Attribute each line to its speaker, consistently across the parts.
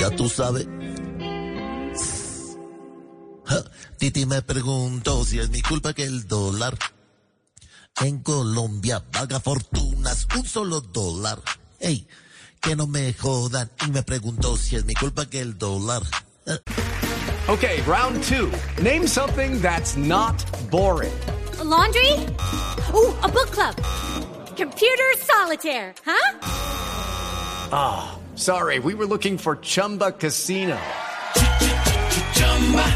Speaker 1: Ya tú sabes. Ja, Titi me preguntó si es mi culpa que el dólar en Colombia paga fortunas un solo dólar. Ey, que no me jodan y me preguntó si es mi culpa que el dólar. Ja.
Speaker 2: Okay, round two. Name something that's not boring.
Speaker 3: laundry? Ooh, a book club. Computer solitaire, huh?
Speaker 2: Sorry, we were looking for Chumba Casino.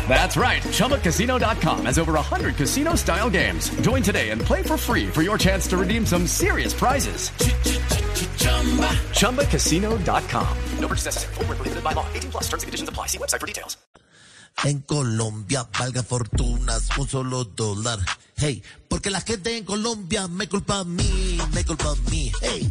Speaker 2: That's right. ChumbaCasino.com has over 100 casino style games. Join today and play for free for your chance to redeem some serious prizes. ChumbaCasino.com. No purchase necessary. Void where prohibited by law. 18 plus terms and conditions apply. See website for details.
Speaker 1: En Colombia valga fortunas un solo dólar. Hey, porque la gente en Colombia me culpa a mí, me culpa a mí. Hey,